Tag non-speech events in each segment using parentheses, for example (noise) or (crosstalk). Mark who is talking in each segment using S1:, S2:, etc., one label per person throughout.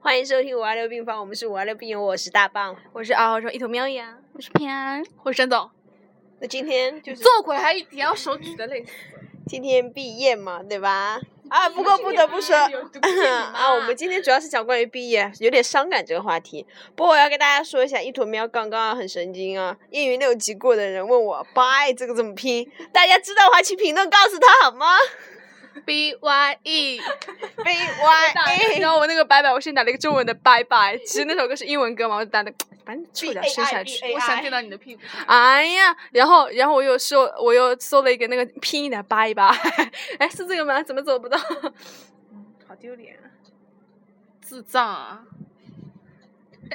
S1: 欢迎收听五二六病房，我们是五二六病友，我是大棒。
S2: 我是嗷嗷说一头喵呀，
S3: 我是平安，
S2: 我是沈总，
S1: 那今天就是
S2: 做鬼还一定要手举的类似。
S1: 今天毕业嘛，对吧？啊，不过不得不说，啊，我们今天主要是讲关于毕业，有点伤感这个话题。不过我要跟大家说一下，一坨喵刚刚很神经啊，英语六级过的人问我 “bye” 这个怎么拼，大家知道的话去评论告诉他好吗
S2: B Y E，
S1: ？B Y
S2: 然
S1: A
S2: 后 (laughs) 我那个拜拜，我先打了一个中文的拜拜，其实那首歌是英文歌嘛，我就打的，反正臭
S1: B
S2: 脚
S1: A
S2: 伸
S1: I
S2: 下
S1: B
S2: 去。
S1: A
S3: 我
S1: I
S3: 想见到你的屁股。
S2: 哎呀，然后然后我又搜，我又搜了一个那个拼音的拜拜，哎，是这个吗？怎么找不 (laughs) 到？
S1: 好丢脸啊！
S3: 智障啊！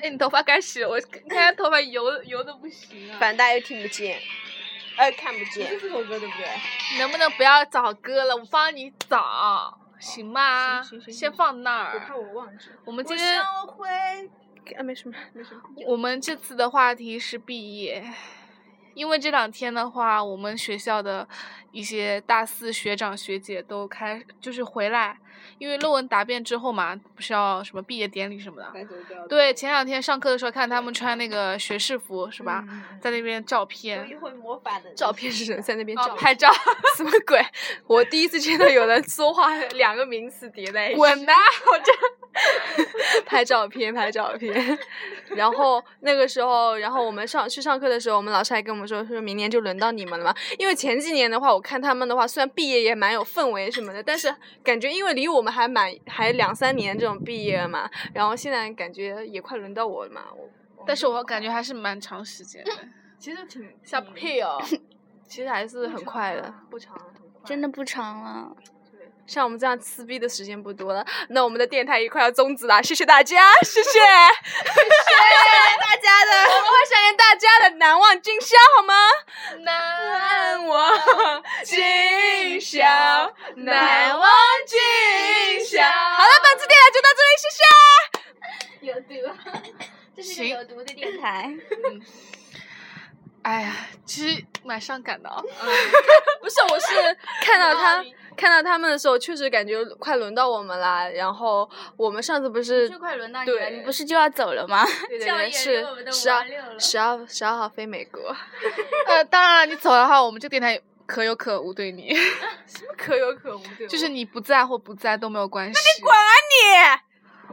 S3: 哎，你头发该洗了，我看他头发油油的不行啊。
S1: 反正大家又听不见，呃，看不见。
S2: 这首歌对不对？
S3: 能不能不要找歌了？我帮你找，行吗？
S2: 行行行
S3: 先放那儿。
S2: 我忘记了。
S3: 我们今天
S1: 会，
S2: 啊，没什么，没什么。
S3: 我们这次的话题是毕业，因为这两天的话，我们学校的一些大四学长学姐都开就是回来，因为论文答辩之后嘛，不是要什么毕业典礼什么的。对，前两天上课的时候看他们穿那个学士服是
S2: 嗯
S3: 吧，在那边照
S1: 我
S3: 片
S1: 一，会魔法的
S2: 照片是什么？在那边
S3: 哦
S2: 照
S3: 拍照，
S2: 什么鬼？我第一次见到有人说话两个名词叠在
S1: (laughs)
S2: 一起。
S3: 滚呐！ (laughs) 我这
S2: (laughs) 拍照片，拍照片。然后那个时候，然后我们上去上课的时候，我们老师还跟我们说，说明年就轮到你们了嘛。因为前几年的话，我看他们的话，虽然毕业也蛮有氛围什么的，但是感觉因为离我们还蛮还两三年这种毕业了嘛，然后现在感觉也快轮到我了嘛。我
S3: 但是我感觉还是蛮长时间的，
S2: 其实挺
S3: 小屁哦。
S2: (laughs) 其实还是很快的，不长。
S3: 真
S2: 的，
S3: 的
S2: 很
S3: 不长了。
S2: 快像我们这样撕逼的时间不多了，那我们的电台也快要终止了，谢谢大家，谢谢。
S1: 大家的。
S2: 我们会想念大家的，难忘今宵，好吗？
S3: 难
S2: (laughs) 难忘今宵，难忘今宵。好了，本次电台就到这里，谢谢。
S3: 有毒，这是个有毒的电台。
S1: 台，
S3: 哎呀，其实蛮伤感
S2: (laughs)
S3: 的啊、
S2: 不是，我是看到他 (laughs) 看到他们的时候，确实感觉快轮到我们啦。然后我们上次不是
S3: 就快轮到你了，
S2: 对，
S3: 你不是
S2: 是
S3: 就要走了吗？
S2: 对对
S3: 教
S2: 对
S3: 研
S2: 是
S3: 我们的
S2: 十二
S3: 526了
S2: 十二十二号飞美国，
S3: (laughs) 呃，当然了，你走的话，我们这电台可有可无对你， (laughs)
S2: 可有可无，对
S3: 就
S2: 就是
S3: 是
S2: 你
S3: 你不在或不在都没有关系。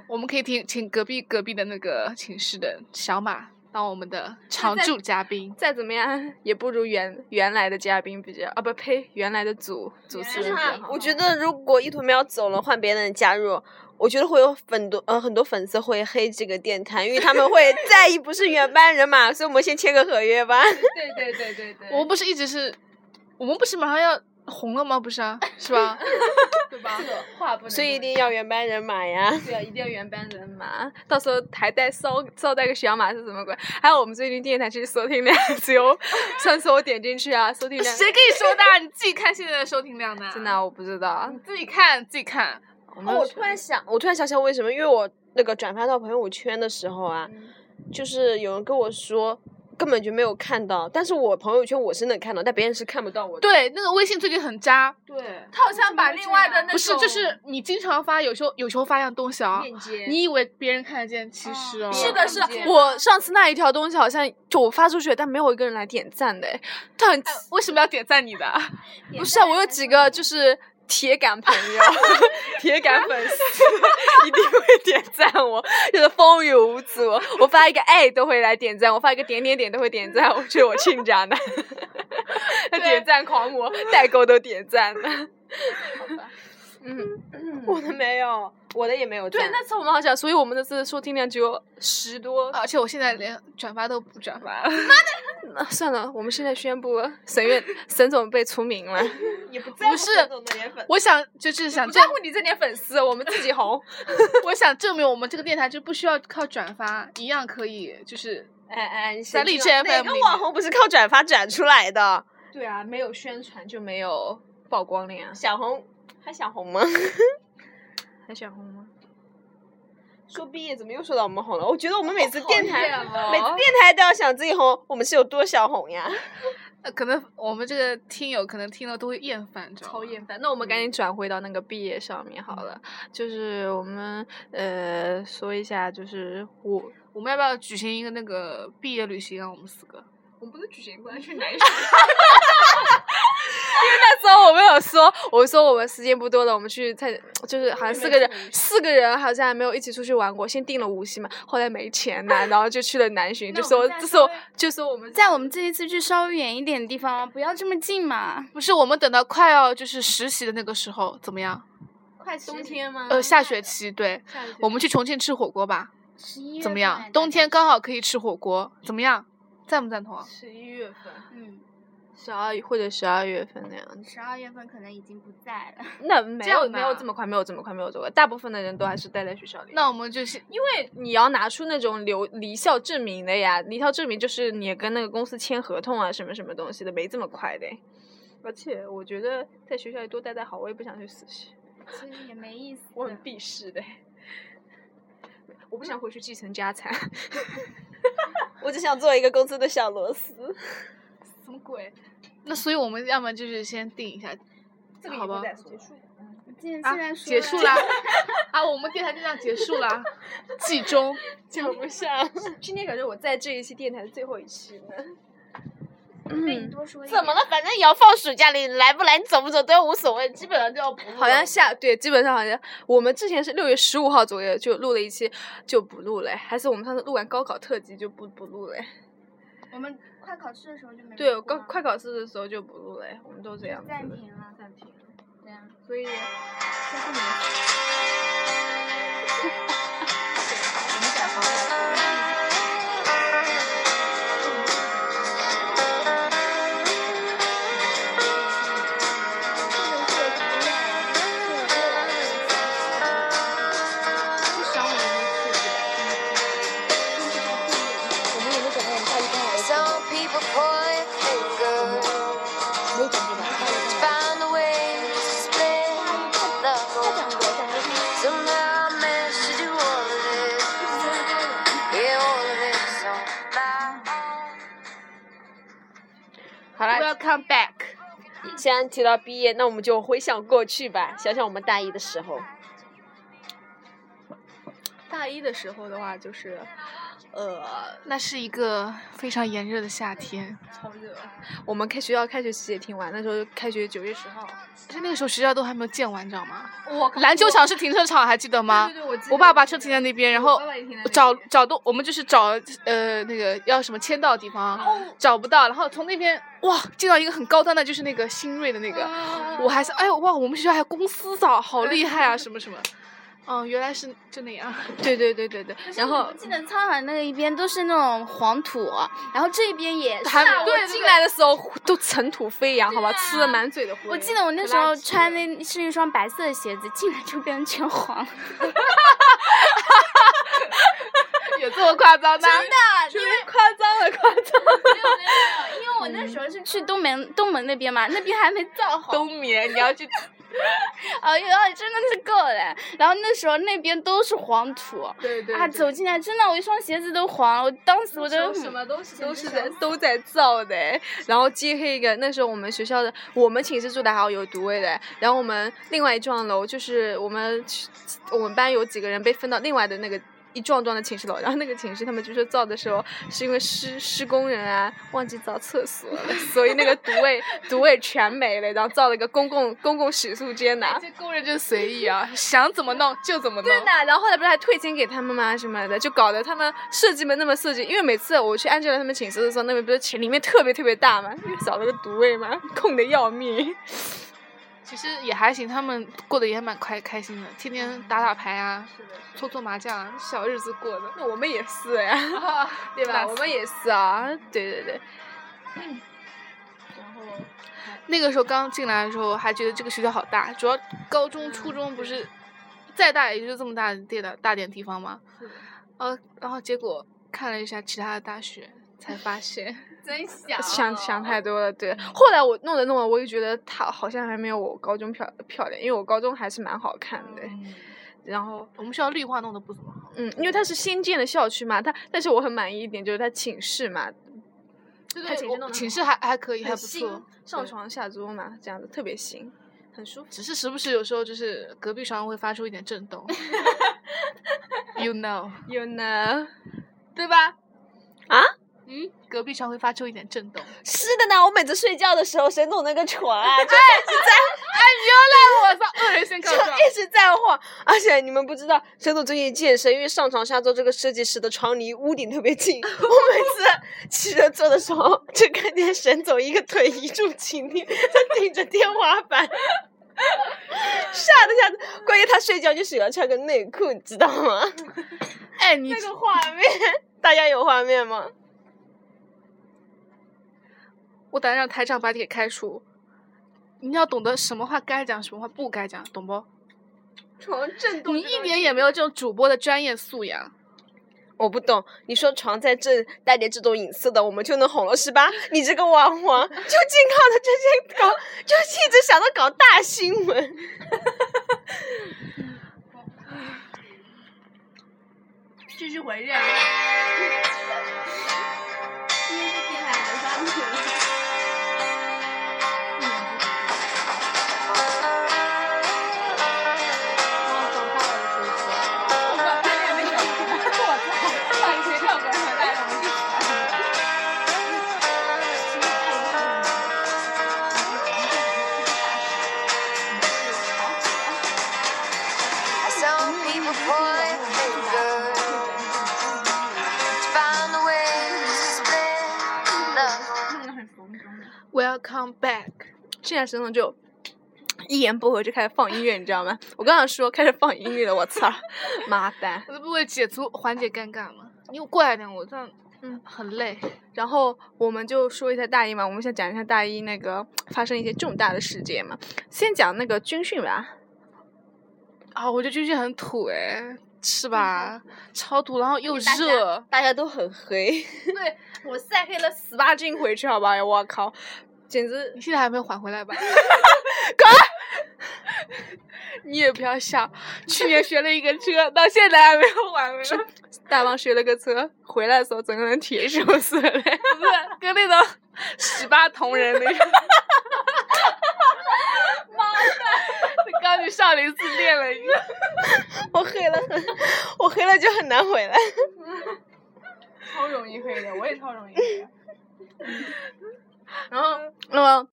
S3: 我们可以听请隔壁隔壁的那个寝室的小马当我们的常驻嘉宾。
S2: 再怎么样也不如原原来的嘉宾比较啊，不呸，原来的组主持人比较好。
S1: 我觉得如果一坨喵走了，换别人加入，我觉得会有很多呃很多粉丝会黑这个电台，因为他们会在意不是原班人马，所以我们先签个合约吧。
S2: 对对对对对
S3: 我们不是一直是，我们不是马上要红了吗？不是啊，是
S4: (laughs)
S3: 吧？对吧？
S2: 话不能
S1: 所以一
S2: 乱
S1: 定要原班人马呀。
S2: 对啊，一定要原班人马，到时候还带捎捎带个小马是什么鬼？还有我们最近电台其实收听量 (laughs) 只有，上次我点进去啊，收听量
S3: 谁给你说的啊？你自己看现在的收听量
S4: (laughs)
S3: 呢？
S2: 真的啊、我不知道啊
S3: 你。自己看，自己看。
S2: 我们
S1: 哦，我突然想，我突然想想为什么？因为我那个转发到朋友圈的时候啊，就是有人跟我说。根本就没有看到，但是我朋友圈我是能看到，但别人是看不到我的。
S3: 对，那个微信最近很渣，
S2: 对，
S4: 他好像把另外的那
S3: 不是就
S4: 种
S3: 是你经常发，有时候有时候发一样东西啊，
S1: 链接
S3: 你以为别人看得见，其实哦，
S4: 是的，是的，
S2: 我上次那一条东西好像就我发出去，但没有一个人来点赞的，哎他很
S3: 为什么要点赞你的？
S2: (laughs) 不是啊，我有几个就是铁杆朋友、 (laughs) 铁杆粉丝， (laughs) 一定会点赞我，就是风雨无阻。我发一个爱都会来点赞，我发一个点点点都会点赞，我觉得我亲家呢， (laughs) 点赞狂魔，代购都点赞了。
S1: 我的没有，我的也没有
S2: 对
S1: 赞，
S2: 那次我们好像，所以我们的次收听量只有十多。
S3: 而且我现在连转发都不转发了。
S2: 那 (laughs) 算了，我们现在宣布沈月沈总被除名 (laughs) 了，
S1: 也不在乎
S3: 不是
S1: 这种的脸粉。
S3: 我想就是想
S2: 不
S3: 证
S2: 在，乎你这点粉丝，我们自己红。
S3: 我想证明我们这个电台就不需要靠转发，一样可以就是
S1: 哎哎，
S3: 在
S1: 谁
S3: 荔
S1: 知
S3: 枝
S1: 道
S3: FM
S1: 哪
S3: 里
S1: 个
S3: 面
S1: 网红不是靠转发转出来的？
S2: (laughs) 对啊，没有宣传就没有曝光了呀。
S1: 小红还想红吗？ (laughs)
S2: 还想红吗？
S1: 说毕业怎么又说到我们红了？我觉得我们每次
S2: 好
S1: 电台
S2: 讨厌哦
S1: 每次电台都要想自己红，我们是有多想红呀？
S3: 呃，可能我们这个听友可能听了都会厌烦，你知道吗
S2: 超厌烦。那我们赶紧转回到那个毕业上面好了，就是我们呃说一下，就是我
S3: 我们要不要举行一个那个毕业旅行啊？我们四个，
S2: 我们不是举行过来去南山。因为 (laughs) 那时候我们有说，我说我们时间不多了，我们去菜，就是好像四个人，四个人好像还没有一起出去玩过，先定了无锡嘛，后来没钱 (laughs) 呐、然后就去了南浔，就
S4: 那我
S2: 说
S4: 们再
S2: 就
S4: 稍
S2: 说
S4: 微
S2: 就说我们
S4: 在我们这一次去稍微远一点的地方，不要这么近嘛。
S3: (laughs) 不是我们等到快要就是实习的那个时候怎么样？
S4: 快冬
S2: 天吗
S3: 呃，下学期对，我们去重庆吃火锅吧，怎么样？冬天刚好可以吃火锅，怎么样？赞不赞同啊？
S2: 十一月份、
S4: 嗯，
S2: 十二或者十二月份那样子。
S4: 十二月份可能已经不在了。
S2: 那没
S3: 这样
S2: 有没有
S3: 吧
S2: 这么快，没有这么快，没有这么快，大部分的人都还是待在学校
S3: (laughs)
S2: 里。
S3: 那我们就是
S2: 因为你要拿出那种留离校证明的呀，离校证明就是你跟那个公司签合同啊，什么什么东西的，没这么快的。而且我觉得在学校里多待待好，我也不想去死习，
S4: 其实也没意思。
S2: 我很避世的。我不想回去继承家 (laughs) 产，
S1: 我只想做一个公司的小螺丝。
S3: 什么鬼？那所以我们要么就是先定一下，
S1: 这个以
S3: 好
S1: 后
S3: 吧
S1: 再说。
S4: 既然
S3: 啊
S4: 现在，说
S3: 结束
S2: (laughs)
S3: 啦，啊，我们电台就这样结束啦，季中。
S1: 讲不
S2: (laughs)
S1: 上，
S2: 今天感觉我在这一期电台的最后一期呢。
S4: 那你多说一点。
S1: 怎么了？反正也要放暑假了，你来不来，你走不走都无所谓，基本上就要不录
S2: 好像下对，基本上好像我们之前是六月十五号左右就录了一期，就不录了。哎还是我们上次录完高考特辑就不不录了。哎
S4: 我们快考试的时候就没
S2: 对，
S4: 录
S2: 高
S4: 吗
S2: 快考试的时候就不录了，哎我们都这样子的。
S4: 暂停了。
S2: 暂停。
S4: 对啊，
S2: 所以，
S4: 这是你的。
S5: Some people point fingers to find a way to split love. So now I managed to do all of this, yeah, all of this on my own.
S1: 好了，
S3: Welcome back。
S1: 既然提到毕业，那我们就回想过去吧，想想我们大一的时候。
S2: 大一的时候的话，就是，呃，
S3: 那是一个非常炎热的夏天，
S2: 超热。我们开学校开学期也挺晚，那时候开学九月十号。
S3: 其实那个时候学校都还没有建完，你知道吗？
S2: 我
S3: 篮球场是停车场，还记得吗？
S2: 对对对，我记
S3: 我
S2: 得
S3: 爸把车停在那边，然后
S2: 我爸爸也停在那
S3: 找
S2: 边
S3: 找东，我们就是找呃那个要什么签到的地方，
S2: 哦
S3: 找不到，然后从那边哇进到一个很高端的，就是那个新锐的那个，
S2: 啊
S3: 我还是哎哇我们学校还有公司
S2: 哦
S3: 早，好厉害啊什么什
S2: (laughs)
S3: 么，嗯原来是就那样，
S2: 对对对对对，然后
S4: 我记得操场那个一边都是那种黄土，然后这边也是。
S3: 还
S2: 对
S3: 对
S2: 啊进
S3: 进
S2: 来
S3: 来
S2: 的时候都尘土飞扬，好吧，
S4: 对啊
S2: 吃了满嘴的灰。
S4: 我记得我那
S2: 可
S4: 时候
S2: 垃圾
S4: 穿
S2: 了
S4: 的是一双白色的鞋子，进来就变成全黄了。
S2: (laughs)
S3: 有这么夸
S4: (laughs)
S3: 张的？
S4: 真的，因为
S2: 夸张了，夸张了。
S4: 没有没有，因为我那时候是嗯去东门东门那边嘛，那边还没造好，
S2: 冬眠，你要去
S4: 哎呦，真的是够了。然后那时候那边都是黄土，
S2: 对对
S4: 啊，走进来真的我一双鞋子都黄了，我当时我都
S2: 什么东西
S4: 简
S2: 都
S4: 直
S2: 是
S4: 是
S2: 在都在造的哎，然后接黑个那时候我们学校的我们寝室住的还好有独卫的，然后我们另外一幢楼就是我们我们班有几个人被分到另外的那个。一幢幢的寝室楼，然后那个寝室他们就说造的时候是因为施施工人啊忘记造厕所了，所以那个独卫独卫全没了，然后造了个公共公共洗漱间呐、
S3: (laughs) 这工人真随意啊，想怎么弄就怎么弄
S2: 对。的，啊然后后来不是还退钱给他们吗？什么的，就搞得他们设计们那么设计。因为每次我去 Angela 他们寝室的时候，那边不是寝里面特别特别大嘛，因为找了个独卫嘛，空的要命。
S3: 其实也还行，他们过得也蛮开开心的，天天打打牌啊，搓搓麻将啊，小日子过的。
S2: 那我们也是呀， (laughs) 对吧？
S3: 那
S2: 我们也是啊，对对对，
S3: 那个时候刚进来的时候还觉得这个学校好大，主要高中、初中不是再大也就这么大点的大点地方嘛。呃，然后结果看了一下其他的大学，才发现
S2: (laughs)
S4: 真想
S2: 想想
S3: 哦
S2: 太多了。对，后来我弄着弄着，我也觉得她好像还没有我高中漂漂亮，因为我高中还是蛮好看的。
S3: 嗯
S2: 然后，
S3: 我们学校绿化弄得不怎么好。
S2: 嗯，因为它是新建的校区嘛，它但是我很满意一点，就是它寝室嘛，
S3: 对
S2: 对我
S3: 寝室还还可以，还
S2: 很
S3: 不错
S2: 新。上
S3: 对
S2: 床下桌嘛，这样子特别新，很舒服。
S3: 只是时不时有时候就是隔壁床会发出一点震 (laughs) 动，you know，
S2: You know，对吧？
S3: (laughs) 嗯，隔壁床会发出一点震动。
S1: 是的呢，我每次睡觉的时候，谁弄那个床啊？就
S3: (laughs) 我操，恶人先告
S1: 就
S3: 状。
S1: 一直在晃。而且你们不知道，沈总最近健身，因为上床下桌这个设计师的床离屋顶特别近，我每次骑着坐的时候，就看见沈总一个腿一柱擎天，他顶着天花板。吓得吓得，关键他睡觉就喜欢穿个内裤，你知道吗？
S3: (laughs) 哎，你
S1: 那个画面，大家有画面吗？
S3: 我打算让台长把你给开除。你要懂得什么话该讲，什么话不该讲，懂不？
S1: 床震
S3: 你一点也没有这种主播的专业素养。
S1: 我不懂，你说床在这带点这种隐私的，我们就能红了是吧？你这个网红啊就净靠着这些搞，就一直想着搞大新闻。
S4: 继续回任。因为这天还蛮上去了。
S5: I saw people point fingers to find a way to split love.
S3: Welcome back。
S2: 现在沈总就一言不合就开始放音乐，你知道吗？我刚想说开始放音乐了，我操，麻烦。
S3: 我这不为解除缓解尴尬吗？你过来点，我这样嗯很累。
S2: 然后我们就说一下大一嘛，我们先讲一下大一那个发生一些重大的事件嘛。先讲那个军训吧，
S3: 啊，我觉得军训很土哎，是吧？超土，然后又
S1: 大家
S3: 热。
S1: 大家都很黑，
S2: 我晒黑了十八斤回去，好吧？我靠，简直
S3: 你现在还没有缓回
S2: (laughs)
S3: 来吧？滚！ (laughs) 你也不要笑，去年学了一个车，到现在还没有缓回来。
S2: 大王学了个车，回来的时候整个人铁锈色嘞，
S3: 不是跟那种十八铜人那
S2: (laughs)
S3: 种。妈的！刚去少林寺练了一个。
S1: 我黑了 (laughs) 很，我黑了就很难回来。
S2: 超容易黑的，我也超容易黑的。然后，那么呃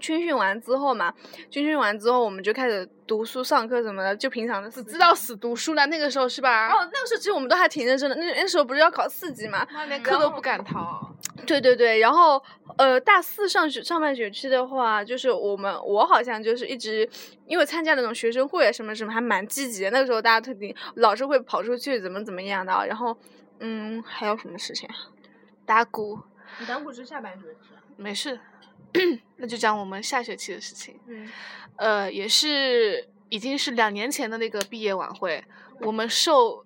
S2: 军训完之后嘛，军训完之后我们就开始读书、上课什么的，就平常的事。
S3: 知道死读书了，那个时候是吧？
S2: 然后哦那个时候其实我们都还挺认真的，那那时候不是要考四级嘛？
S3: 妈连课都不敢逃。
S2: 对对对，然后呃，大四上学上半学期的话，就是我们我好像就是一直因为参加那种学生会啊什么什么，还蛮积极的。那个时候大家特别老是会跑出去怎么怎么样的啊，然后嗯，还有什么事情啊？
S3: 打鼓
S2: 你当不是下半学期？啊
S3: 没事， (clears throat) 那就讲我们下学期的事情。
S2: 嗯，
S3: 呃，也是已经是两年前的那个毕业晚会，我们受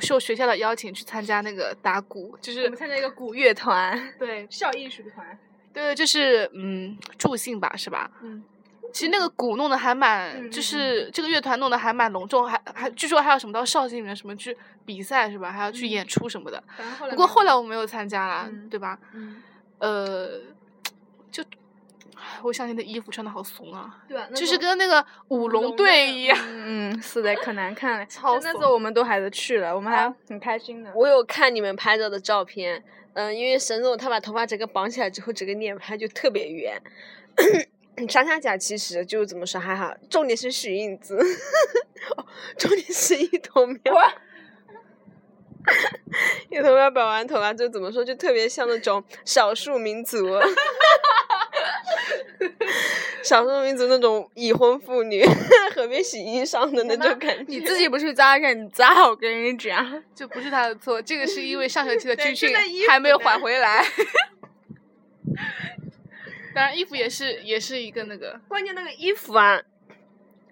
S3: 受学校的邀请去参加那个打鼓，就
S2: 我
S3: 是
S2: 们参加一个古乐 (laughs) 团，
S3: 对
S2: 校艺术团。
S3: 对，就是嗯助兴吧，是吧？
S2: 嗯。
S3: 其实那个鼓弄得还蛮，
S2: 嗯
S3: 就
S2: 嗯
S3: 是这个乐团弄得还蛮隆重，还还据说还有什么到绍兴里面什么去比赛是吧？还要去
S2: 嗯
S3: 演出什么的。
S2: 反正后
S3: 不过后来我没有参加啦，
S2: 嗯
S3: 对吧？
S2: 嗯，
S3: 呃，就唉我想你的衣服穿的好怂啊，
S2: 对啊，那
S3: 就
S2: 时
S3: 是
S2: 候
S3: 跟那个舞龙队一 (laughs)
S2: (laughs)
S3: 样。
S2: 嗯，嗯是的，可难看 (laughs) 了。
S3: 超
S2: 但那时
S3: 怂
S2: 候我们都还是去了，我们还很开心的。
S1: 我有看你们拍照的照片，嗯，因为沈总他把头发整个绑起来之后，整个脸盘就特别圆。 (coughs) 莎莎甲其实就怎么说还好，重点是许印姿， (laughs) 哦重点是一 (laughs) 头喵。一头喵绑完头发之后，怎么说就特别像那种少数民族，少数民族那种已婚妇女 (laughs) 河边洗衣裳的那种感觉。
S2: 你自己不去扎染扎，我跟你讲，
S3: 这不是他的错，这个是因为上学期
S2: (laughs)
S3: 的
S1: 对
S3: 军
S1: 这
S3: 训
S1: 个衣服
S3: 还没有
S1: 呢
S3: 还回来。当然，衣服也是也是一个那个
S1: 关键那个衣服啊，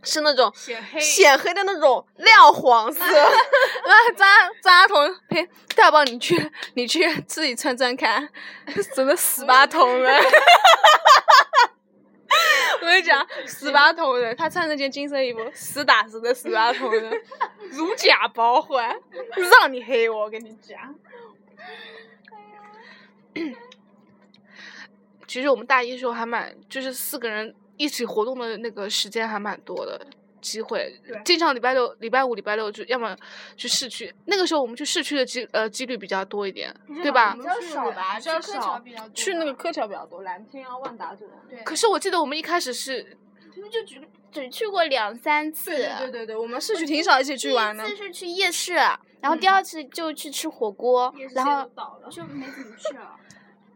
S1: 是那种
S3: 显黑
S1: 显黑的那种亮黄色。
S2: 啊，扎扎头，呸，大宝你去你去自己穿穿看，什么十八铜人。 (laughs) 我跟你讲，十八铜人，他穿那件金色衣服，实打实的十八铜人，如假包换，让你黑我，我跟你讲。
S3: 其实我们大一的时候还蛮，就是四个人一起活动的那个时间还蛮多的，机会经常礼拜六、礼拜五、礼拜六就要么去市区，那个时候我们去市区的几呃几率比较多一点，对吧？
S4: 比较少吧，
S2: 比较
S4: 去科
S2: 少
S4: 桥比较多吧。
S2: 去那个科桥比较多，蓝天啊、万达这种。
S4: 对，
S3: 可是我记得我们一开始是
S4: 他们就只只去过两三次。
S2: 对对对，我们市区挺少一起去玩的
S4: 第一。次是去夜市，嗯然后第二次就去吃火锅，然后就没怎么去了。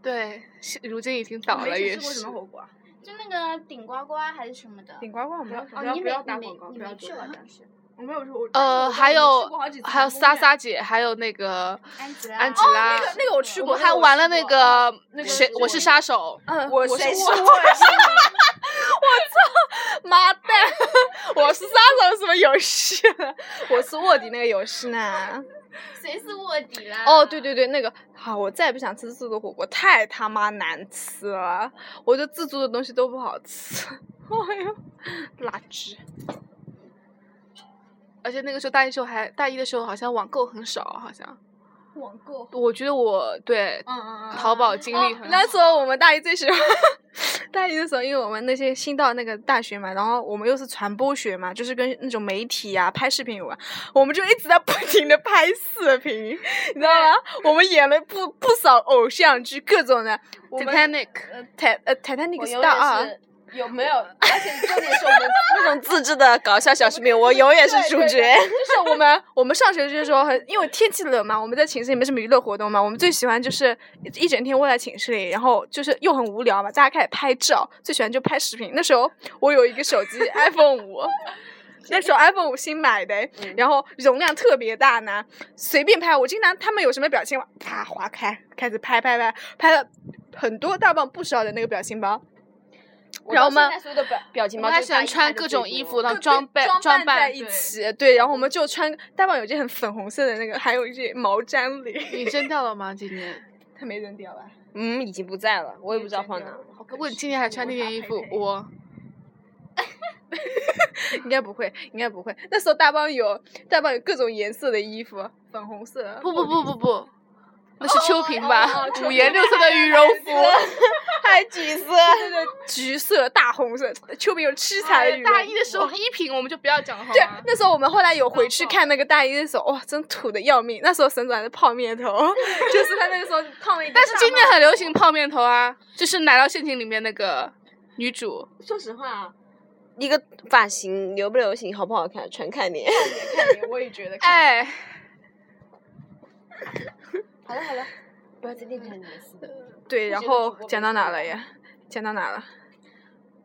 S3: 对，现如今已经倒了也是。
S2: 火锅？啊
S4: 就那个顶呱呱还是什么的。
S2: 顶呱呱，我们要
S4: 哦，你没你没你没去了，当时
S2: 我没有去，我
S3: 呃，还有还有莎
S2: 莎莎，
S3: 莎姐，还有那个
S4: 安吉拉。
S3: 安吉
S4: 哦
S3: 拉，
S2: 那个我去
S3: 我
S2: 过，
S3: 们还玩了那个
S2: 那个
S3: 谁
S2: 是，
S3: 我是杀手，
S2: 嗯，
S1: 我
S2: 是
S1: 谁是
S2: 我 (laughs) 妈蛋， (laughs) 我是杀手什么游戏 (laughs) 啊？我是卧底那个游戏呢？
S4: 谁是卧底啦？
S2: 哦，对对对，那个好，我再也不想吃自助火锅，太他妈难吃了！我觉得自助的东西都不好吃， (laughs) 哎呦，垃圾！
S3: 而且那个时候大一时候还大一的时候好像网购很少，啊好像
S4: 网购。
S3: 我觉得我对
S2: 嗯嗯嗯
S3: 淘宝经历
S2: 哦
S3: 很好。
S2: 那时候我们大一最喜欢， (laughs) 大一的时候，因为我们那些新到那个大学嘛，然后我们又是传播学嘛，就是跟那种媒体啊、拍视频有关，我们就一直在不停的拍视频，你知道吗？我们演了不不少偶像剧，各种的。我们
S3: Titanic，
S2: 泰呃 Titanic
S1: 我
S2: 是
S1: 永
S2: 大
S1: 远
S2: 二，
S1: 是有没有？而且重点是我们那种自制的搞笑小视频，我永远是主
S2: 对
S1: 角。
S2: 就是我们我们上学的时候很，因为天气冷嘛，我们在寝室里面是没有娱乐活动嘛，我们最喜欢就是一一整天窝在寝室里，然后就是又很无聊嘛，大家开始拍照，最喜欢就拍视频。那时候我有一个手
S1: (laughs)
S2: 机 iPhone 五。那时候 iPhone 五新买的，
S1: 嗯
S2: 然后容量特别大呢，随便拍。我经常他们有什么表情包，啪划开，开始拍拍拍，拍了很多大棒不少的那个表情包。然后我们
S1: 现在所有的表表情
S3: 我
S1: 包
S3: 们
S1: 就
S3: 还
S1: 是
S3: 喜
S1: 大
S3: 欢穿
S1: 一拍的
S3: 各
S1: 最
S3: 种
S1: 多
S3: 衣服，然后
S2: 对
S3: 装扮
S2: 装
S3: 扮
S2: 在一
S3: 对。
S2: 起，对，然后我们就穿大棒有件很粉红色的那个，还有一件毛毡 (laughs) 领，
S3: 你扔掉了吗？今年？
S2: 他没扔掉吧？
S1: 嗯，已经不在了，我也不知道放哪。
S3: 如果你今年还穿那件衣服，我
S2: 应该不会，应该不会。那时候大棒有大棒有各种颜色的衣服，粉红色。
S3: 不不不不不，那是秋萍吧
S2: 哦秋？
S3: 五
S2: 萍
S3: 颜六色的羽绒服，
S1: 还橘色，
S2: 对对，橘色、大红色，秋萍有七彩
S3: 哎
S2: 羽绒服。
S3: 大一的时候衣品我们就不要讲了好
S2: 对
S3: 吗，？
S2: 那时候我们后来有回去看那个大一的时候，哇，真土的要命。那时候沈总还是泡
S3: (laughs)
S2: 面头，就是他那个时候烫了一个
S3: 但是
S2: 大
S3: 今年
S2: 帽
S3: 很流行泡面头啊，就是《奶酪陷阱》里面那个女主。
S1: 说
S3: (laughs)
S1: 实话啊，一个发型流不流行、好不好看，全看你。
S2: 子，我也觉得。哎，
S3: 哎，
S1: 好了好了，不要再恋战你的思了。
S2: 对，然后讲到哪了呀？讲到哪了？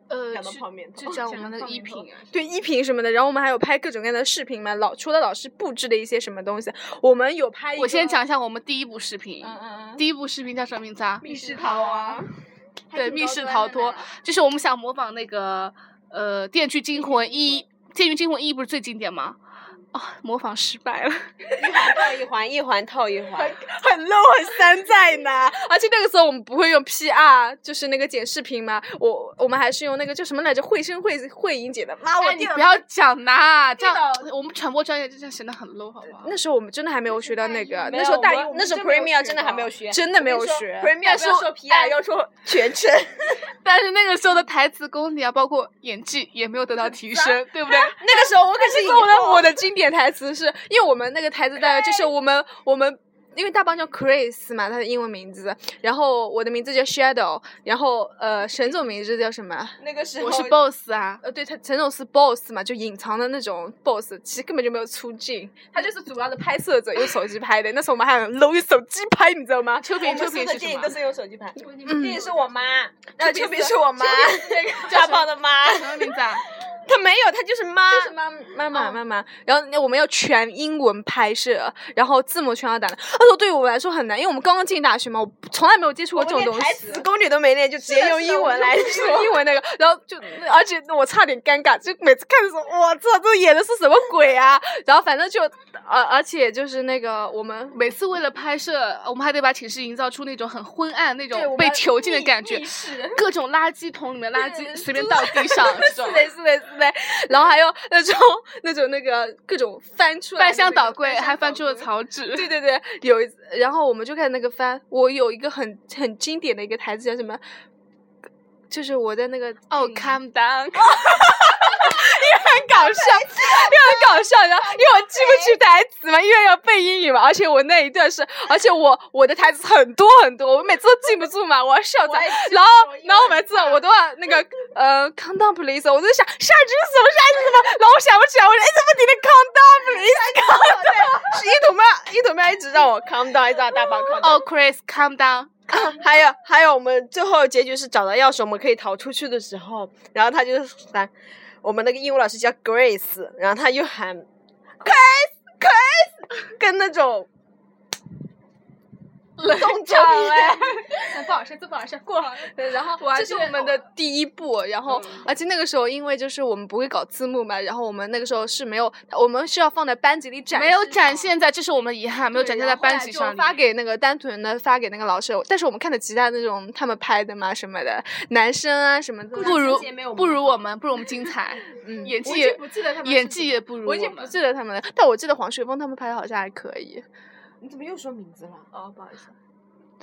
S3: 呃，
S1: 讲到
S3: 就
S1: 泡面头
S3: 就讲我
S2: 讲
S3: 们
S2: 到
S3: 的
S2: 泡
S3: 衣
S2: 面头
S3: 品啊。
S2: 对衣品什么的，然后我们还有拍各种各样的视频嘛，老除了老师布置的一些什么东西，我们有拍一个。
S3: 我先讲一下我们第一部视频，
S2: 嗯，嗯嗯，
S3: 第一部视频叫什么名字啊？
S2: 密室逃啊，
S3: 对，密室逃脱，就是我们想模仿那个呃《电锯惊魂一》，《电锯惊魂一》不是最经典吗？啊，模仿失败了。
S1: 套一环，一环套一环。
S2: 很 low 很山寨呢。而且那个时候我们不会用 PR，就是那个剪视频嘛，我我们还是用那个叫什么来着，绘声绘绘影剪的。妈，我
S3: 哎，你
S2: 电脑
S3: 不要讲呐，这嗯样我们传播专业就这样显得很 low 好不好？
S2: 那时候我们真的还没有学到那个，
S1: 没
S2: 那
S1: 有
S2: 时候大
S1: 我
S2: 一
S1: 那时候
S2: 真没有
S1: Premiere
S2: 学
S1: 真的还
S2: 到
S1: 没有学
S2: 真的没有学。
S1: Premiere 不要说哎 PR，要说全程。
S3: 但是那个时候的台词功底啊，包括演技也没有得到提升，对不对？
S2: 那个时候我可是我的我的经典台词是，因为我们那个台词大概就是我们我们。因为大棒叫 Chris 嘛，他的英文名字，然后我的名字叫 Shadow，然后呃，沈总名字叫什么？
S1: 那个时候
S3: 我是 boss 啊，
S2: 呃，对他，陈总是 boss 嘛，就隐藏的那种 boss，其实根本就没有出镜，他就是主要的拍摄者，用手机拍的。那时候我们还很 low，用手机拍，你知道吗？
S3: 秋
S1: 我
S3: 萍，
S1: 们
S3: 秋
S1: 所有
S3: 萍
S1: 的
S3: 是
S1: 电
S3: 什
S1: 影
S3: 么
S1: 都？是用手机拍，
S2: 嗯
S1: 电影是我妈，然后
S2: 特
S1: 特
S2: 别
S1: 别
S2: 是
S1: 是我妈，大宝的妈，
S3: 什么名字啊？
S1: 她没有，她就是妈，
S2: 就是妈妈妈妈妈，然后我们要全英文拍摄，然后字幕全要打的，那时候对于我来说很难，因为我们刚刚进大学嘛，我从来没有接触过
S1: 我
S2: 这种
S1: 们
S2: 东
S1: 连
S2: 西。
S1: 台词攻略都没练，就直接用英文来
S2: 是的
S1: 说。
S2: 英文那个， (laughs) 然后就，而且我差点尴尬，就每次看的时候，我操，这演的是什么鬼啊？然后反正就，而、而且就是那个我们
S3: 每次为了拍摄，我们还得把寝室营造出那种很昏暗、那
S2: 对我
S3: 种
S2: 们
S3: 被
S2: 要
S3: 囚禁的
S2: 密
S3: 感觉
S2: 密，室
S3: 各种垃圾桶里面垃圾
S2: 对
S3: 随便倒地上，这种 (laughs)
S2: (laughs) 是的，是的，是的， (laughs) 然后还有那种那种那个各种翻出来的
S3: 翻
S2: 那个
S3: 箱倒柜，还翻
S2: 翻
S3: 出了
S2: 槽。
S3: 草纸。
S2: 对对对，有一次，然后我们就看那个翻，我有一个很很经典的一个台词叫什么？就是我在那个
S3: 哦、
S2: 电影
S3: c a l m down， (laughs)
S2: 很搞笑，又很搞笑，然后因为我记不起台词嘛，因为要背英语嘛，而且我那一段是，而且我我的台词很多很多，我每次都记不住嘛，我要笑惨。然后然后每次我都要那个呃 calm down please，我就想下一句是什么下一句是什么，然后我想不起来，我就一直不停的 calm down please，calm down。
S1: 是一桶妹，一桶妹一直让我 calm down，一直让大宝 calm down。
S3: 哦、c h r i s c a l m down。
S1: 还有还有，我们最后结局是找到钥匙，我们可以逃出去的时候，然后他就喊我们那个英语老师叫 Grace，然后他又喊 Grace Grace，跟那种动作一样。
S2: 不好笑，这不好笑，过了。然后这是我哦嗯们的第一步，然后而且那个时候因为就是我们不会搞字幕嘛，然后我们那个时候是没有，我们是要放在班级里 (laughs) 展示，
S3: 没有展现在，这是我们的遗憾，没有展现在班级上
S2: 就
S3: 里。
S2: 发给那个单纯的发给那个老师，但是我们看的其他那种他们拍的嘛什么的，男生啊什么的，
S3: 不如
S1: 情节没有我们
S3: 不如我们，不如我们精
S2: (laughs)
S3: 彩，
S2: 嗯
S3: 演技
S2: 我已经
S3: 也
S2: 不记得他们
S3: 演
S2: 是
S3: 技也不如
S2: 我已经不
S3: 们。
S2: 记得他们了，但我记得黄学峰他们拍的好像还可以。
S1: 你怎么又说名字了？
S2: 哦，不好意思，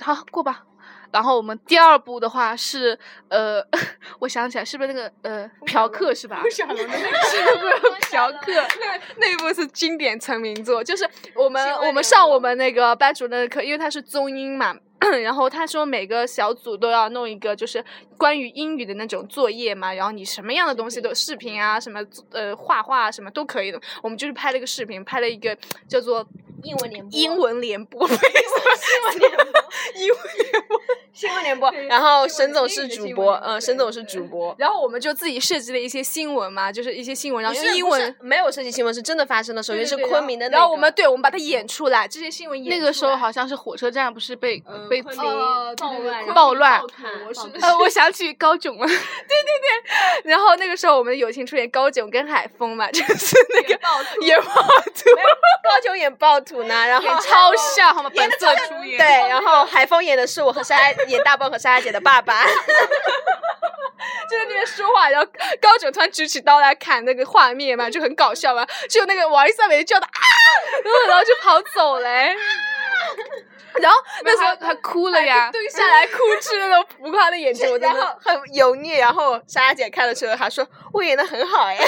S3: 好，过吧。然后我们第二部的话是，呃， (laughs) 我想起来是不是那个呃嫖客是吧？
S2: 小龙的那个是不是嫖客？那那一部是经典成名作，就是我们我们上我们那个班主任的课，因为他是中英嘛。然后他说每个小组都要弄一个，就是关于英语的那种作业嘛。然后你什么样的东西都视频啊，什么呃画画啊，什么都可以的。我们就是拍了一个视频，拍了一个叫做
S1: 英文联
S2: (laughs) 英文联播，为什么英文联播？英文联播。
S1: 新闻联播
S2: 对。
S1: 然后
S2: 新闻
S1: 沈总
S2: 英
S1: 是
S2: 语的
S1: 主
S2: 新闻
S1: 播，
S2: 联播
S1: 嗯，
S2: 对
S1: 沈总是
S2: 对
S1: 主播。
S2: 然后我们就自己设计了一些新闻嘛，就是一些新闻，然后
S1: 不
S2: 用
S1: 是
S2: 英
S1: 不是
S2: 文
S1: 没有设计新闻是真的发生的，首
S2: 对
S1: 先是
S2: 对对
S1: 昆明的那个。
S2: 然后我们对，我们把它演出来，这些新闻演
S3: 那
S2: 出
S3: 个时候
S2: 来
S3: 好像是火车站，不是被、
S1: 嗯
S3: 被
S1: 昆
S3: 自
S1: 明
S2: 呃
S1: 暴
S2: 对对对
S1: 乱
S3: 暴乱
S2: 暴徒我是 (laughs)
S3: 呃，我想起高炯了，
S2: 然后那个时候我们的友情出演高炯跟海峰嘛， (laughs) 就是那个演暴徒，
S1: 高炯演暴徒呢，然后
S3: 哎演超像好吗？本色出演。
S1: 对，然后海峰演的是我和莎莎演大笨和莎莎姐的
S3: (laughs)
S1: 爸爸，
S2: (laughs) 就在那边说话，然后高炯突然举起刀来砍那个画面嘛，就很搞笑嘛，只有那个王一三美叫他啊，然后然后就跑走
S3: (laughs)
S2: 了哎。然后
S3: 那
S2: 那时
S3: 时候
S2: 候
S3: 他哭了呀，
S2: 蹲下来哭 (laughs) 泣那种浮夸的眼 (laughs) 睛，我真
S1: 然
S2: 的
S1: 后很油腻，然后莎莎姐看了之后还说我演的很好
S2: 哎
S1: 呀，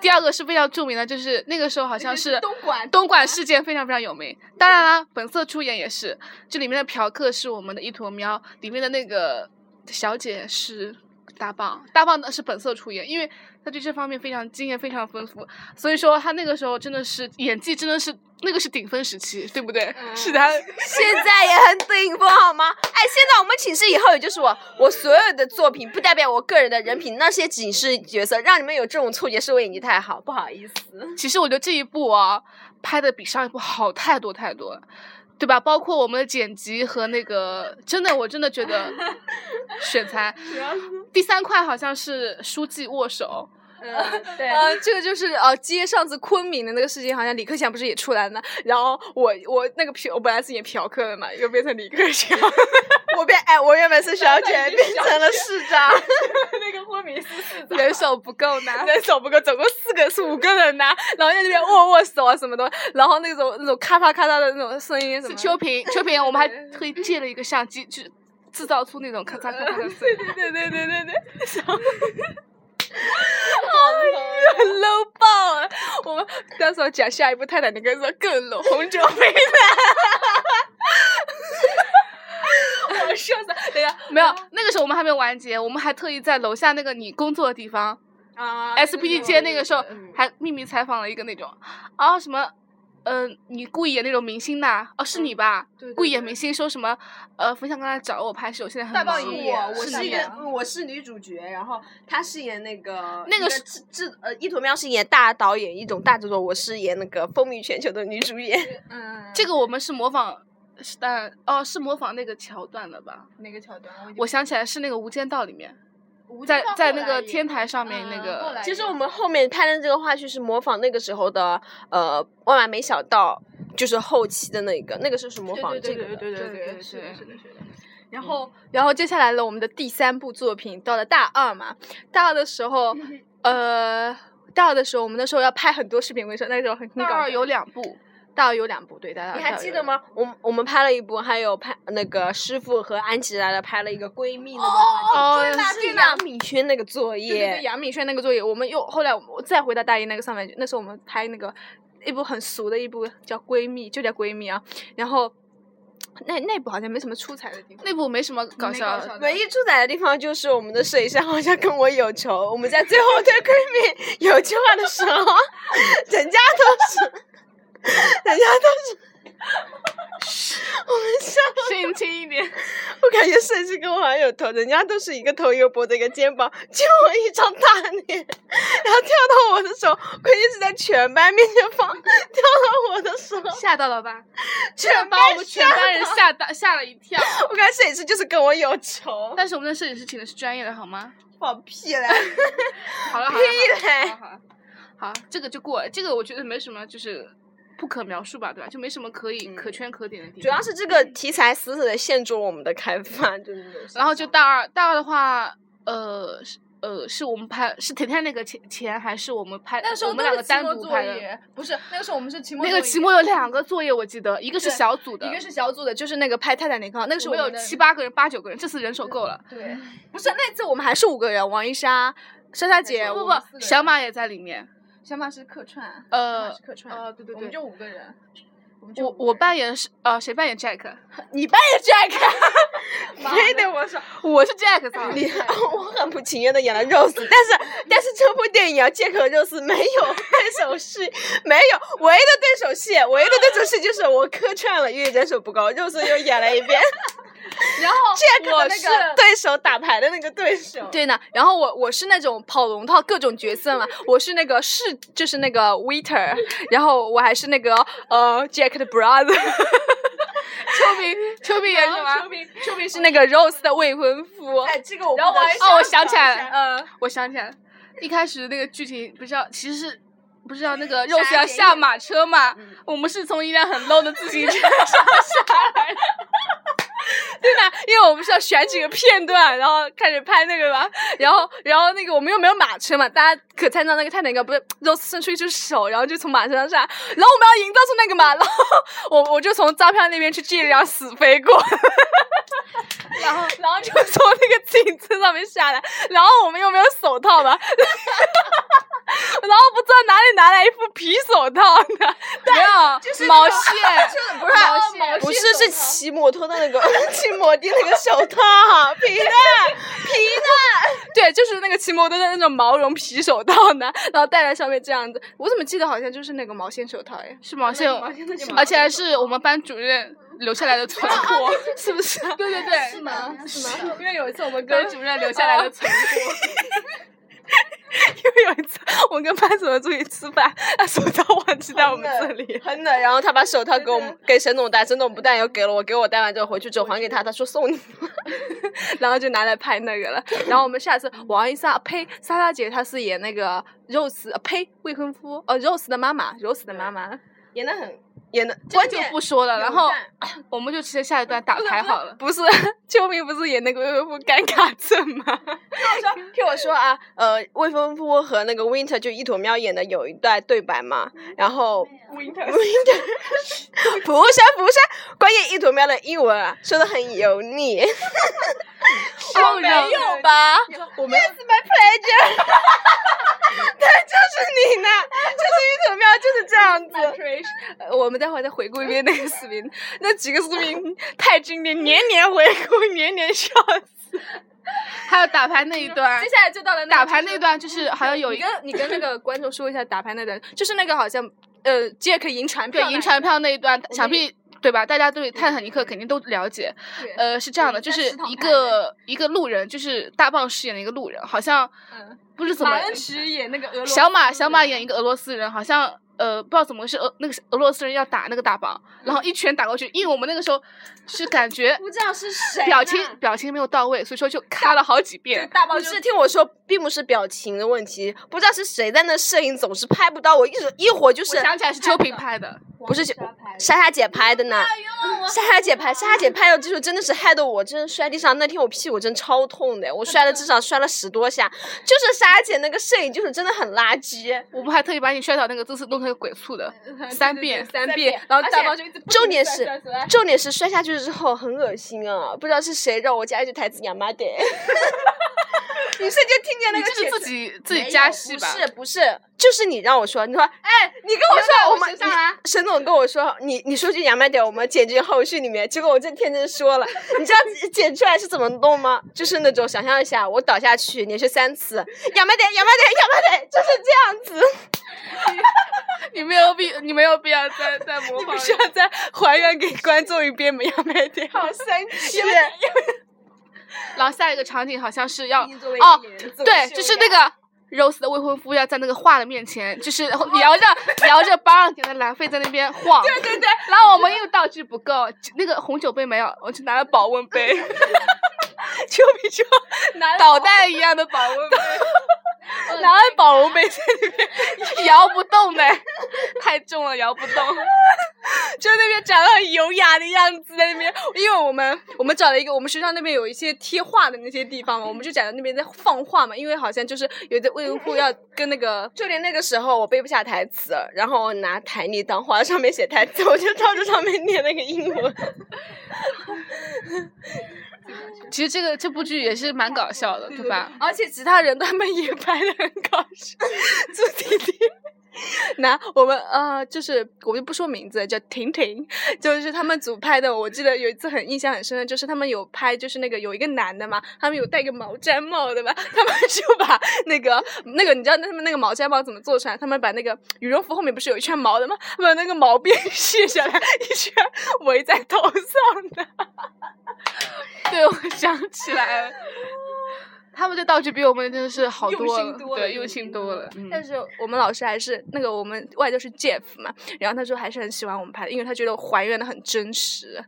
S3: 第二个是非常著名的，就是那个时候好像是
S2: 东莞
S3: 东莞事件非常非常有名。当然啦，本色出演也是，这里面的嫖客是我们的一坨喵，里面的那个小姐是大棒，大棒呢是本色出演，因为他对这方面非常经验非常丰富，所以说他那个时候真的是演技真的是那个是顶峰时期，对不对？是他
S1: 现在也很顶峰好吗？哎，现在我们寝室以后也就是我，我所有的作品不代表我个人的人品，那些仅是角色，让你们有这种错觉是我演技太好，不好意思。
S3: 其实我觉得这一部啊，拍的比上一部好太多太多了，对吧？包括我们的剪辑和那个，真的，我真的觉得选材。第三块好像是书记握手，
S1: 对
S2: 呃，这个就是呃，接上次昆明的那个事情，好像李克强不是也出来了？然后我我那个嫖，我本来是演嫖客的嘛，又变成李克强，
S1: (laughs) 我变哎，我原本是小姐，变成了市长。
S2: 那个昆明是市长，人手不够拿，人手不够，总共四个是五个人拿，然后在那边握握手啊什么的，然后那种那种咔嚓咔嚓的那种声音什
S3: 是
S2: 么，
S3: 秋萍，秋萍，我们还特意借了一个相机，就是制造出那种咔嚓咔嚓的声音。
S2: 对对对对对对， low 爆了！啊我们到时候讲下一部泰坦尼克说更 low，红酒飞船。我笑死了！等一下
S3: 没有，那个时候我们还没完结，我们还特意在楼下那个你工作的地方
S1: 啊
S3: SPT 街那个时候还秘密采访了一个那种啊什么，呃，你故意演那种明星呐？哦，是你吧？
S2: 对
S3: 故意演明星说什么？呃，冯小刚来找我拍戏，我现在很
S1: 大
S3: 忙
S1: 暴
S2: 暴
S1: 雨
S2: 雨，
S1: 我，我
S3: 是
S1: 是
S3: 你
S1: 一
S3: 啊
S1: 个嗯我是女主角，然后她饰演那个
S3: 那
S1: 一
S3: 个是
S1: 制制呃一坨喵饰演大导演，一种大制作，我饰演那个风靡全球的女主演。
S2: 嗯，
S3: 这个我们是模仿，是但哦是模仿那个桥段了吧？
S2: 哪个桥段？
S3: 我想起来是那个《无间道》里面，
S2: 我
S3: 在在那个天台上面那
S2: 嗯
S3: 个
S2: 后来
S1: 其实我们后面拍的这个话剧是模仿那个时候的呃《万万没想到》，就是后期的那个，那个时候是模仿这个
S3: 对
S1: 的。
S2: 对对对
S3: 对
S2: 对，嗯
S3: 对
S2: 是
S3: 对
S2: 的，是的，是的。然后，然后接下来了，我们的第三部作品到了大二嘛，大二的时候，呃，大二的时候，我们那时候要拍很多视频，我跟你说，那时候很很
S3: 那
S2: 搞
S3: 儿
S2: 笑
S3: 有两部，
S2: 大二有两部，对，大二
S1: 你
S2: 大
S1: 还
S2: 二
S1: 记
S2: 有
S1: 得
S2: 两
S1: 吗？我们我们拍了一部，还有拍那个师傅和安琪拉的拍了一个闺蜜那个
S3: 哦
S1: 话
S3: 对
S1: 剧，
S3: 啦
S1: 是杨敏轩那个作
S2: 对对对，
S1: 业，
S2: 杨敏轩那个作业，我们又后来我们我再回到大一那个上半句，那时候我们拍那个一部很俗的一部叫《闺蜜》，就叫《闺蜜》啊。然后那那部好像没什么出彩的地方，
S3: 那部没什么搞笑的。
S2: 唯
S1: 唯
S2: 一
S1: 一出彩的地方就是我们的摄影师好像跟我有仇，我们在最后对闺蜜有句话的时候，人家都是，人家都是，我们笑，
S3: 声轻一点，
S1: 我感觉摄影师跟我好像有仇，人家都是一个头一个脖子一个肩膀，就我一张大脸，然后跳到我的手，关键是在全班面前放，跳到我的手，
S2: 吓到了吧？
S1: 全
S3: 把我们全班人吓到吓了一跳。
S1: 我感觉摄影师就是跟我有仇，
S3: 但是我们的摄影师请的是专业的，好吗？
S1: 放屁嘞！
S3: 好了好了好
S1: 屁
S3: 了好
S1: 嘞
S3: 了好了，好，这个就过了，这个我觉得没什么，就是不可描述吧，对吧？就没什么可以、可圈可点的地方。
S1: 主要是这
S2: 嗯
S1: 个题材死死的限制了我们的开发，真的是。
S3: 然后就大二，大二的话，呃，是呃，是我们拍是甜甜那个前前还是我们拍？
S2: 那时候
S3: 我们两个单独
S2: 作
S3: 拍的。
S2: 业，不是那个时候我们是期末
S3: 那个期末有两个作业，我记得一个是
S2: 对
S3: 小组的，
S2: 一个是小组的，就是那个拍《泰坦尼克号》，那个时
S3: 我
S2: 候
S3: 们有七八个人、八九个人，这次人手够了。
S2: 对，不是那次我们还是五个人，王一莎、莎莎姐，
S3: 不
S2: 我
S3: 不
S2: 们四
S3: 不，
S2: 个人
S3: 小马也在里面。
S2: 小马是客串，
S3: 呃
S2: 小马是客串，
S3: 呃对对
S2: 我们
S3: 对
S2: 就五个人。们就
S3: 我
S2: 五个
S3: 我
S2: 人
S3: 扮演是呃，谁扮演 Jack？
S2: 你扮演 Jack，
S1: 非得我说，
S3: 我是 Jack 操。
S1: 你 (laughs) 我很不情愿的演了 Rose，但
S2: (laughs)
S1: 是但是这部电影啊，杰克 Rose 没有对手戏，没有唯一的对手戏，唯一的对手戏就是我客串了，因为人手不够，Rose 又演了一
S2: (laughs)
S1: 遍
S2: 然后
S1: 杰克
S2: 我
S1: 的那
S2: 是
S1: 个对手打牌的那个对手，
S2: 对呢，然后我我是那种跑龙套各种角色嘛，我是那个是就是那个 waiter，然后我还是那个呃 Jack 的 (laughs) brother，
S3: 秋萍，秋萍演什么？
S2: 说明是那个 Rose 的未婚夫。
S1: 哎，这个我不
S2: 然后我
S1: 能
S2: 还
S1: 说
S3: 哦，我想起来了，
S2: 嗯，
S3: 我想起来了，一开始那个剧情不是要，其实是不是要那个
S1: 杀
S3: Rose 要
S1: 姐
S3: 下
S1: 姐
S3: 马车嘛
S1: 嗯？
S3: 我们是从一辆很 low 的自行车上下来的。
S2: 对吧？ (laughs) 因为我们是要选几个片段，然后开始拍那个嘛，然后然后那个我们又没有马车嘛，大家可参照那个泰坦尼克，不是 Rose 伸出一只手，然后就从马车上下来，然后我们要营造出那个嘛，然 (laughs) 后我我就从照片那边去借一辆死飞过，然后然后就从那个井子上面下来，然后我们又没有手套嘛。 (laughs) 然后不知道哪里拿来一副皮手套呢，没有，
S1: (laughs) 就是
S2: 毛
S1: 那种
S2: 线，
S1: 不是啊
S2: 毛线毛
S1: 不
S2: 线
S1: 是
S2: 手
S1: 是
S2: 套
S1: 骑摩托的那个 (laughs) 骑摩的那个手套，啊
S2: (laughs)
S1: 皮的皮的。
S2: 对，就是那个骑摩托的那种毛绒皮手套呢，然后戴在上面这样子。我怎么记得好像就是那个毛线手套哎？
S3: 是毛线，而且还是我们班主任留下来的存
S2: 啊
S3: (laughs) 货，是不是？对对对，是吗？
S2: 因为有一次我们跟
S3: 班主任留下来的
S2: 啊
S3: 存货。
S2: 因哦为有一次我跟班主任出去吃饭，他手套忘记在我们这里。
S1: 很冷，然后他把手套给我们给沈总戴，沈总不戴又给了我，给我戴完之后回去之后还给他，他说送你。
S2: (laughs) 然后就拿来拍那个了。然后我们下次王一莎呸，莎莎姐她是演那个 Rose 呃呸未婚夫呃 Rose 的妈妈，Rose 的妈妈。
S1: 演的很，演的
S3: 这个
S1: 关
S3: 就
S1: 键
S3: 不说了，然
S1: 有
S3: 后
S1: 赞
S3: 我们就直接下一段打牌好了。
S2: 不是， (laughs) 秋明不是演那个未婚夫尴尬症吗？ (laughs)
S1: 听我说啊，呃，未婚夫和那个 Winter 就一坨喵演的有一段对白嘛，(laughs)
S2: 嗯
S1: 然
S2: (laughs)
S1: 后 Winter (laughs)
S2: (laughs)
S1: 福山福山，关键一坨喵的英文啊说的很油腻，
S2: 上没有吧？我
S1: My
S2: 们
S1: pleasure，对，就是你呢，就是一头喵就是这样
S2: (laughs)
S1: 子。
S2: 呃我们待会儿再回顾一遍那个视频，那几个视频太经典，年年回顾，年年笑死。
S3: 还有打牌那一段
S2: 接，下来就到了那个
S3: 打牌
S2: 就
S3: 那
S2: 是
S3: 段就是好像有一
S2: 你
S3: 个
S2: 跟你跟那个观众说一下打牌那段， (laughs) 就是那个好像呃，Jack 赢船票那
S3: 对
S2: 一段，
S3: 赢船票那一段，
S2: 们
S3: 想
S2: 也
S3: 必对吧？大家对泰坦尼克肯定都了解。
S2: 对，
S3: 呃，是这样的，
S2: 对
S3: 就
S2: 在
S3: 是
S2: 食堂
S3: 一
S2: 看
S3: 个一个路人，就是大棒饰演的一个路人，好像
S2: 嗯
S3: 不知怎
S2: 马
S3: 么
S2: 恩池演那个俄罗斯
S3: 小马小马
S2: 人啊
S3: 演一个俄罗斯人，好像呃不知道怎么回事，俄那个俄罗斯人要打那个大棒，然后一拳打过去，因为我们那个时候是感觉
S1: 不知道是谁
S3: 表
S1: 呢
S3: 情表情没有到位，所以说就咔了好几
S2: 对
S3: 遍。
S2: 大
S1: 不
S2: 爆
S1: 是，听我说，并不是表情的问题，不知道是谁在那摄影，总是拍不到我，一直一会儿就是
S3: 我想起来是秋萍拍的，
S1: 不是就 (laughs) 莎莎姐拍
S3: (laughs)
S1: 的呢？莎莎姐拍，莎莎姐拍的技术真的是害得我，真的摔地上。那天我屁股真超痛的，我摔了至少摔了十多下。就是莎莎姐那个摄影就是真的很垃圾。
S3: 我们还特意把你摔倒那个姿势弄成个鬼畜的，三遍
S2: 三遍，然后
S1: 而
S2: 大
S1: 且
S2: 包就一直不
S1: 重
S2: 停地
S1: 点
S2: 摔
S1: 是
S2: 摔摔
S1: 重点是摔下去之后很恶心啊，不知道是谁让我加一句台词“亚
S3: (laughs)
S1: 麻得”， (laughs) 于是就听见那
S3: 你
S1: 个
S3: 这是
S1: 铁
S3: 自
S1: 锤
S3: 己自己
S1: 没
S3: 加
S1: 有
S3: 戏
S1: 不
S3: 吧？
S1: 是不是，就是你让我说，你说，哎，你跟我说我啊们你沈总跟我说，你你说句洋卖点，我们剪进后续里面。结果我真天真说了，你知道剪出来是怎么弄吗？就是那种想象一下，我倒下去连续三次，洋卖点，洋卖点，洋卖点，就是这样子。 (laughs)
S3: 你没有必你没有必要再再模仿
S2: 你不
S3: 了。
S2: 需要再还原给观众一遍亚美点。
S1: 好生气！啊
S3: 然后下一个场景好像是要
S1: 哦
S3: 哦，，对，就是那个 Rose 的未婚夫要在那个画的面前，就是摇着摇着巴掌顶的兰菲在那边晃。对对对。然后我们又道具不够，那个红酒杯没有，我就拿了保温 (laughs) 杯，
S2: 丘比特拿
S3: 导弹一样的保
S2: (laughs)
S3: 温杯，
S2: 拿了保温杯在那边，
S3: 摇不动的， (laughs) 太重了，摇不动。
S2: 就那边长得很优雅的样子，在那边。因为我们我们找了一个，我们学校那边有一些贴画的那些地方嘛，我们就站在那边在放画嘛。因为好像就是有的未婚夫要跟那个
S1: 就连那个时候我背不下台词，然后我拿台历当花，上面写台词，我就照着上面念那个英文。
S3: 其实这个这部剧也是蛮搞笑的，对吧？？
S2: 而且其他人他们也拍的很搞笑，猪弟弟。拿我们呃，就是我就不说名字，叫婷婷，就是他们组拍的。我记得有一次很印象很深的，就是他们有拍，就是那个有一个男的嘛，他们有戴个毛毡帽的嘛，他们就把那个那个你知道他们那个毛毡帽怎么做出来？他们把那个羽绒服后面不是有一圈毛的吗？他们把那个毛边 (laughs) 卸下来一圈围在头上的。
S3: 对，我想起来了。他们的道具比我们真的是好
S2: 用
S3: 多
S2: 心
S3: 了，
S2: 多了
S3: 对，
S2: 用
S3: 用
S2: 心
S3: 心
S2: 多
S3: 多
S2: 了
S3: 了。嗯
S2: 但是我们老师还是那个我们外教是 Jeff 嘛，然后他说还是很喜欢我们拍的，因为他觉得还原的很真实。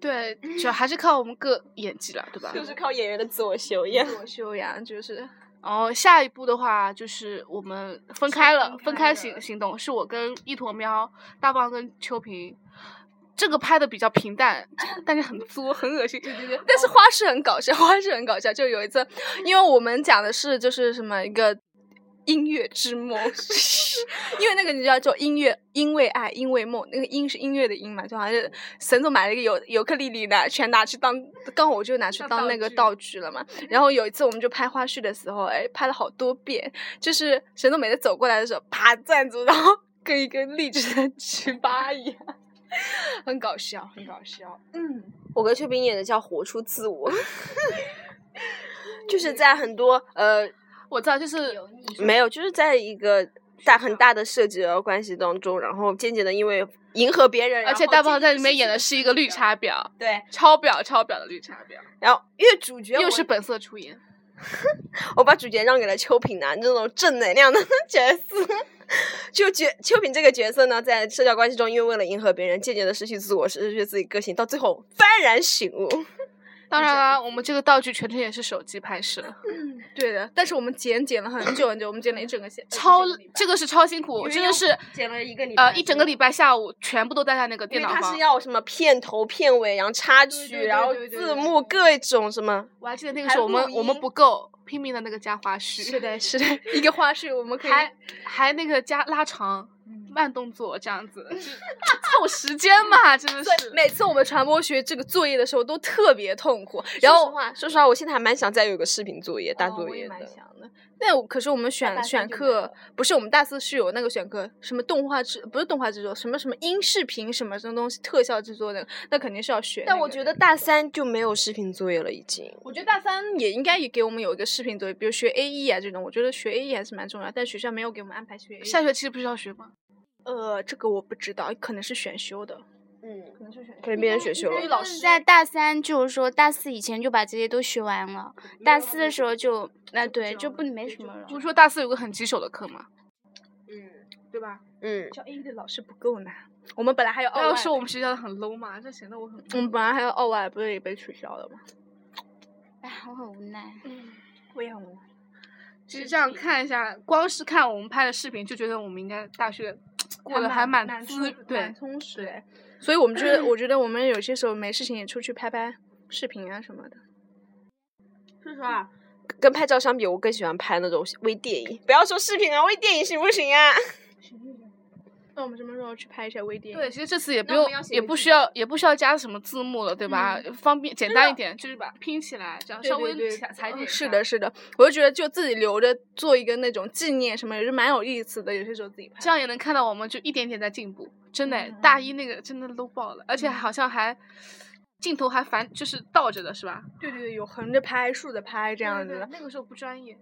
S3: 对，主要还是靠我们个演技了，对吧？
S1: (laughs) 就是靠演员的自我修养。
S2: 自我修养就是
S3: 然后下一步的话就是我们分开了，分
S2: 分
S3: 开
S2: 开
S3: 行
S2: 的
S3: 行动，是我跟一坨喵、大棒跟秋萍，这个拍的比较平
S1: (laughs)
S3: 淡，
S1: 哦
S3: 但是很作，很恶心。
S2: 但是花式很搞笑， (laughs) 花式很搞笑。就有一次，因为我们讲的是就是什么一个音乐之梦， (laughs) 因为那个你知道叫音乐，因为爱，因为梦，那个音是音乐的音嘛，就好像是沈总买了一个尤尤克里里的，全拿去当，刚好我就拿去当那个道具嗯了嘛。然后有一次我们就拍花絮的时候，哎，拍了好多遍，就是沈总每次走过来的时候，啪站住，然后跟一根荔枝的 (laughs) 糍粑一样，很搞笑，很搞笑。嗯。
S1: 我跟邱冰演的叫《活出
S3: (laughs)
S1: 自我》，就是在很多呃
S3: 我知道，就是
S1: 没有，就是在一个大很大的社交关系当中，然后渐渐的因为迎合别人，
S3: 而且
S1: 然后
S3: 大棒
S1: 渐
S3: 在
S1: 渐
S3: 里面演的是一个绿茶婊，
S1: 对，
S3: 超婊超婊的绿茶婊，
S1: 然后因为主角
S3: 又
S1: 我
S3: 是本色出演。
S1: 我把主角让给了邱品南这种正能量的 (laughs) 角色。就角邱品这个角色呢，在社交关系中，因为为了迎合别人，渐渐的失去自我，失去自己个性，到最后幡然醒悟。
S3: 当然啦，我们这个道具全程也是手机拍摄，
S2: 对的，但是我们剪剪了很久很久，我们剪了一整个线，
S3: 超
S2: 这
S3: 这个是超辛苦，
S1: 为
S3: 真的
S1: 用
S3: 是
S1: 剪了一个礼
S3: 呃
S1: 拜
S3: 一整个礼拜下午全部都待在那个
S1: 因
S3: 电
S1: 为
S3: 脑
S1: 它
S3: 房
S1: 是。要什么片头、片尾，然后插曲，
S2: 对对
S1: 然后
S2: 对对
S1: 字
S2: 对
S1: 幕，各种什么。
S3: 我还记得那个
S1: 还
S3: 时候我们
S1: 录
S3: 我们
S1: 音
S3: 不够拼 (laughs) 命的那个加花絮，
S2: 是的，是的，一个花絮我们可以
S3: 还还那个加拉长，慢动作这样子，就凑时间嘛，真的是。
S2: 每次我们传播学这个作业的时候都特别痛苦，然
S1: 然
S2: 后哦
S1: 后说实话，我现在还蛮想再有个视频作业、大作业
S2: 蛮
S1: 的。
S2: 想的。那我可是我们选
S4: 大三
S2: 选
S4: 就没
S2: 课
S4: 了
S2: 不是我们大四是有那个选课，什么动画制不是动画制作，什么什么音视频什么什么东西特效制作的，那肯定是要学那个的。
S1: 但我觉得大三就没有视频作业了，已经。
S2: 我觉得大三也应该也给我们有一个视频作业，比如学 A E 啊这种，我觉得学 A E 还是蛮重要，但学校没有给我们安排学 A。E
S3: 下学期不是要学吗？
S2: 呃，这个我不知道，可能是选修的，
S1: 嗯，
S2: 可能是选修
S1: 可能变成选修
S2: 对
S1: 了。
S2: 老
S4: 就是
S2: 师
S4: 在大三，就是说大四以前就把这些都学完了，大四的时候啊就，哎、对，就不没什么了。
S3: 不是说大四有个很棘手的课吗？
S1: 嗯
S3: 对吧？
S1: 嗯，
S2: 教 A E 的老师不够呢。哦我们本来还有
S3: 不
S2: 奥
S3: 要
S2: 外，
S3: 说我们学校的很 low 嘛，这显得我很。
S2: 我们本来还有奥外，不是也被取消了吗？
S4: 哎，我很无奈。
S2: 我也很无奈。
S3: 其实这样看一下，光是看我们拍的视频，就觉得我们应该大学过得还
S2: 蛮
S3: 蛮滋
S2: 充
S3: 对
S2: 蛮。充实的。所以我们觉 (clears throat) 得，我觉得我们有些时候没事情也出去拍拍视频啊什么的。
S1: 说实
S2: 啊
S1: 话，跟拍照相比，我更喜欢拍那种微电影。不要说视频啊，微电影行不行
S2: (laughs)
S1: 啊？
S2: 那我们什么时候去拍一下微电影？
S3: 对，，其实这次也不
S1: 那我
S3: 用
S1: 们要，写
S3: 也
S1: 个
S3: 不
S1: 剧
S3: 需要，也不需要加什么字幕了，对吧？方便简单一点，就是把拼起来，这样
S2: 对
S3: 稍
S2: 对
S3: 微
S2: 对，
S3: 裁裁
S2: 嗯
S3: 剪一下。
S2: 是的，是的，我就觉得就自己留着做一个那种纪念什么，也是蛮有意思的。有些时候自己拍，
S3: 这样也能看到我们就一点点在进步，真的，大一那个真的 low 爆了，而且好像还镜头还反就是倒着的是吧？
S2: 对对对，有横着拍、竖着拍这
S3: 这
S2: 样子的，
S3: 那个时候不专业，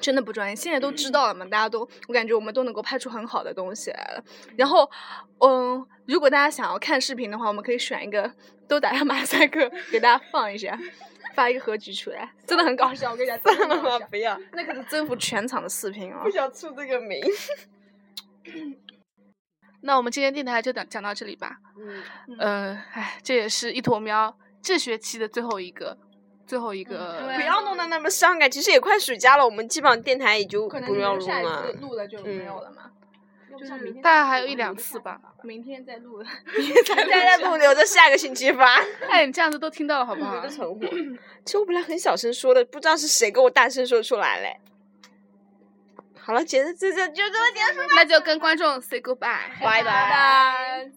S2: 真的不专业。现在都知道了嘛，大家都，我感觉我们都能够拍出很好的东西来了。然后，嗯，如果大家想要看视频的话，我们可以选一个都打下马赛克给大家放一下，发一个合集出来，真的很搞笑。我跟你讲，真的
S1: 算了
S2: 很搞
S1: 吧，
S2: (laughs) 笑，
S1: 不要，
S2: 那可是征服全场的视频哦
S1: 不。想出这个名。
S3: 那我们今天电台就讲讲到这里吧。
S1: 嗯，
S3: 嗯，哎，这也是一坨喵这学期的最后一个，最后一个。
S2: 对
S1: 不要弄得那么伤感。其实也快暑假了，我们基本上电台也就
S2: 可能
S1: 不
S2: 你
S1: 要
S2: 们
S1: 录
S2: 下一
S1: 了
S2: (laughs) 次。录了就没有了嘛，
S3: 就是
S2: 像明天
S3: 嗯大概
S2: 再
S3: 还
S2: 录
S3: 有一
S2: 我
S3: 两
S2: 们就
S3: 次
S2: 下
S3: 吧
S2: 次明天再
S1: (laughs)
S2: 录， (laughs)
S1: 大家都留着下个星期发。
S3: 哎，你这样子都听到了好不
S1: (laughs)
S3: 好
S1: 都？成火。 (coughs) 其实我本来很小声说的，不知道是谁给我大声说出来嘞。好了，姐，这这就这么结束，
S3: 那就跟观众 say goodbye。
S1: 拜
S2: 拜拜。